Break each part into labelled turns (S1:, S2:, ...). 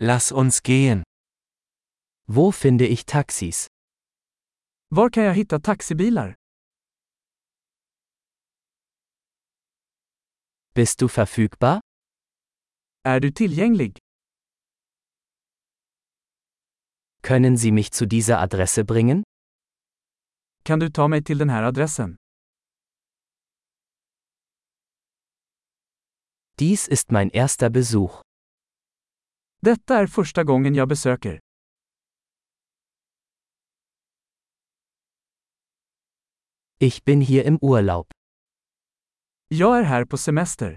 S1: Lass uns gehen.
S2: Wo finde ich Taxis?
S3: Var kan jag hitta taxibilar?
S2: Bist du verfügbar?
S3: Är du tillgänglig?
S2: Können Sie mich zu dieser Adresse bringen?
S3: Kan du ta mig till den här adressen?
S2: Dies ist mein erster Besuch.
S3: Detta är första gången jag besöker.
S2: Ich bin hier im Urlaub.
S3: Jag är här på semester.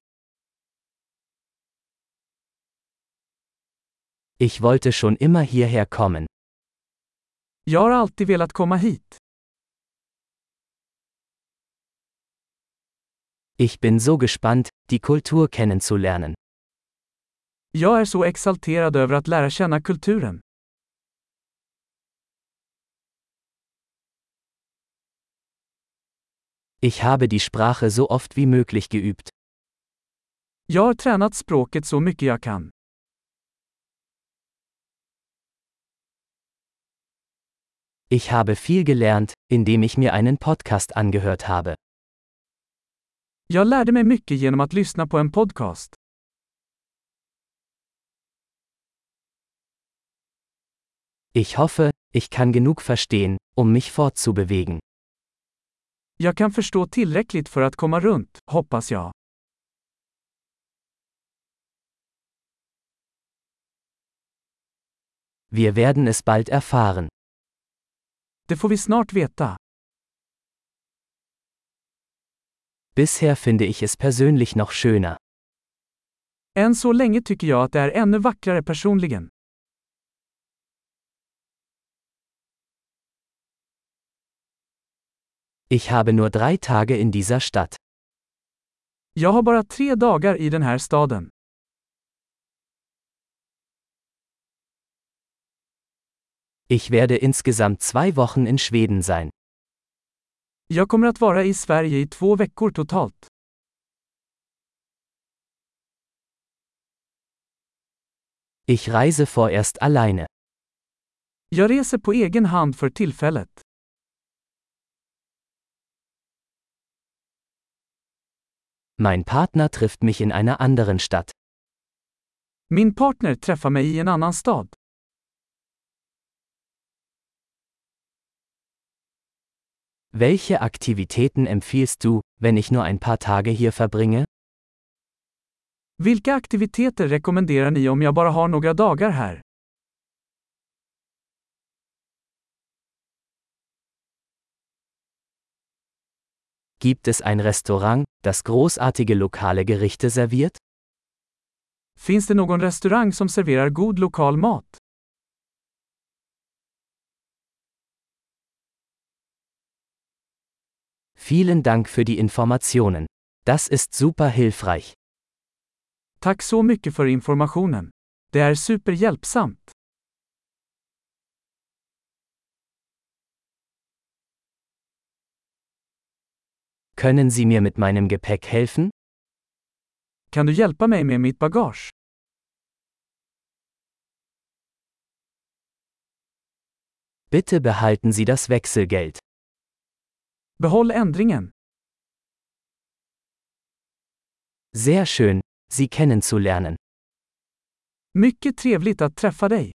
S2: Ich wollte schon immer hierher kommen.
S3: Jag har alltid velat komma hit.
S2: Ich bin so gespannt, die Kultur kennenzulernen.
S3: Jag är så exalterad över att lära känna kulturen.
S2: Ich habe die Sprache so oft wie möglich geübt.
S3: Jag har tränat språket så mycket jag kan.
S2: Ich habe viel gelernt, indem ich mir einen Podcast angehört habe.
S3: Jag lärde mig mycket genom att lyssna på en podcast.
S2: Ich hoffe, ich kann genug verstehen, um mich fortzubewegen.
S3: Jag kan förstå tillräckligt för att komma runt, hoppas jag.
S2: Wir werden es bald erfahren.
S3: Det får vi snart veta.
S2: Bisher finde ich es persönlich noch schöner.
S3: Än så länge tycker jag att det är ännu vackrare personligen.
S2: Ich habe nur drei Tage in dieser Stadt.
S3: Jag har bara tre dagar i den här staden.
S2: Ich werde insgesamt zwei Wochen in Schweden sein.
S3: Jag kommer att vara i Sverige i två veckor totalt.
S2: Ich reise vorerst alleine.
S3: Jag reser på egen hand för tillfället.
S2: Mein Partner trifft mich in einer anderen Stadt.
S3: Min partner träffar mig i en annan stad.
S2: Welche Aktivitäten empfiehlst du, wenn ich nur ein paar Tage hier verbringe?
S3: Vilka aktiviteter rekommenderar ni om jag bara har några dagar här?
S2: Gibt es ein Restaurant, das großartige lokale Gerichte serviert?
S3: Finns det någon restaurang som serverar god lokal mat?
S2: Vielen Dank für die Informationen. Das ist super hilfreich.
S3: Tack så mycket för informationen. Det är superhjälpsamt.
S2: Können Sie mir mit meinem Gepäck helfen?
S3: Kan du hjälpa mig med mitt bagage?
S2: Bitte behalten Sie das Wechselgeld.
S3: Behåll ändringen.
S2: Sehr schön, Sie kennenzulernen.
S3: Mycket trevligt att träffa dig.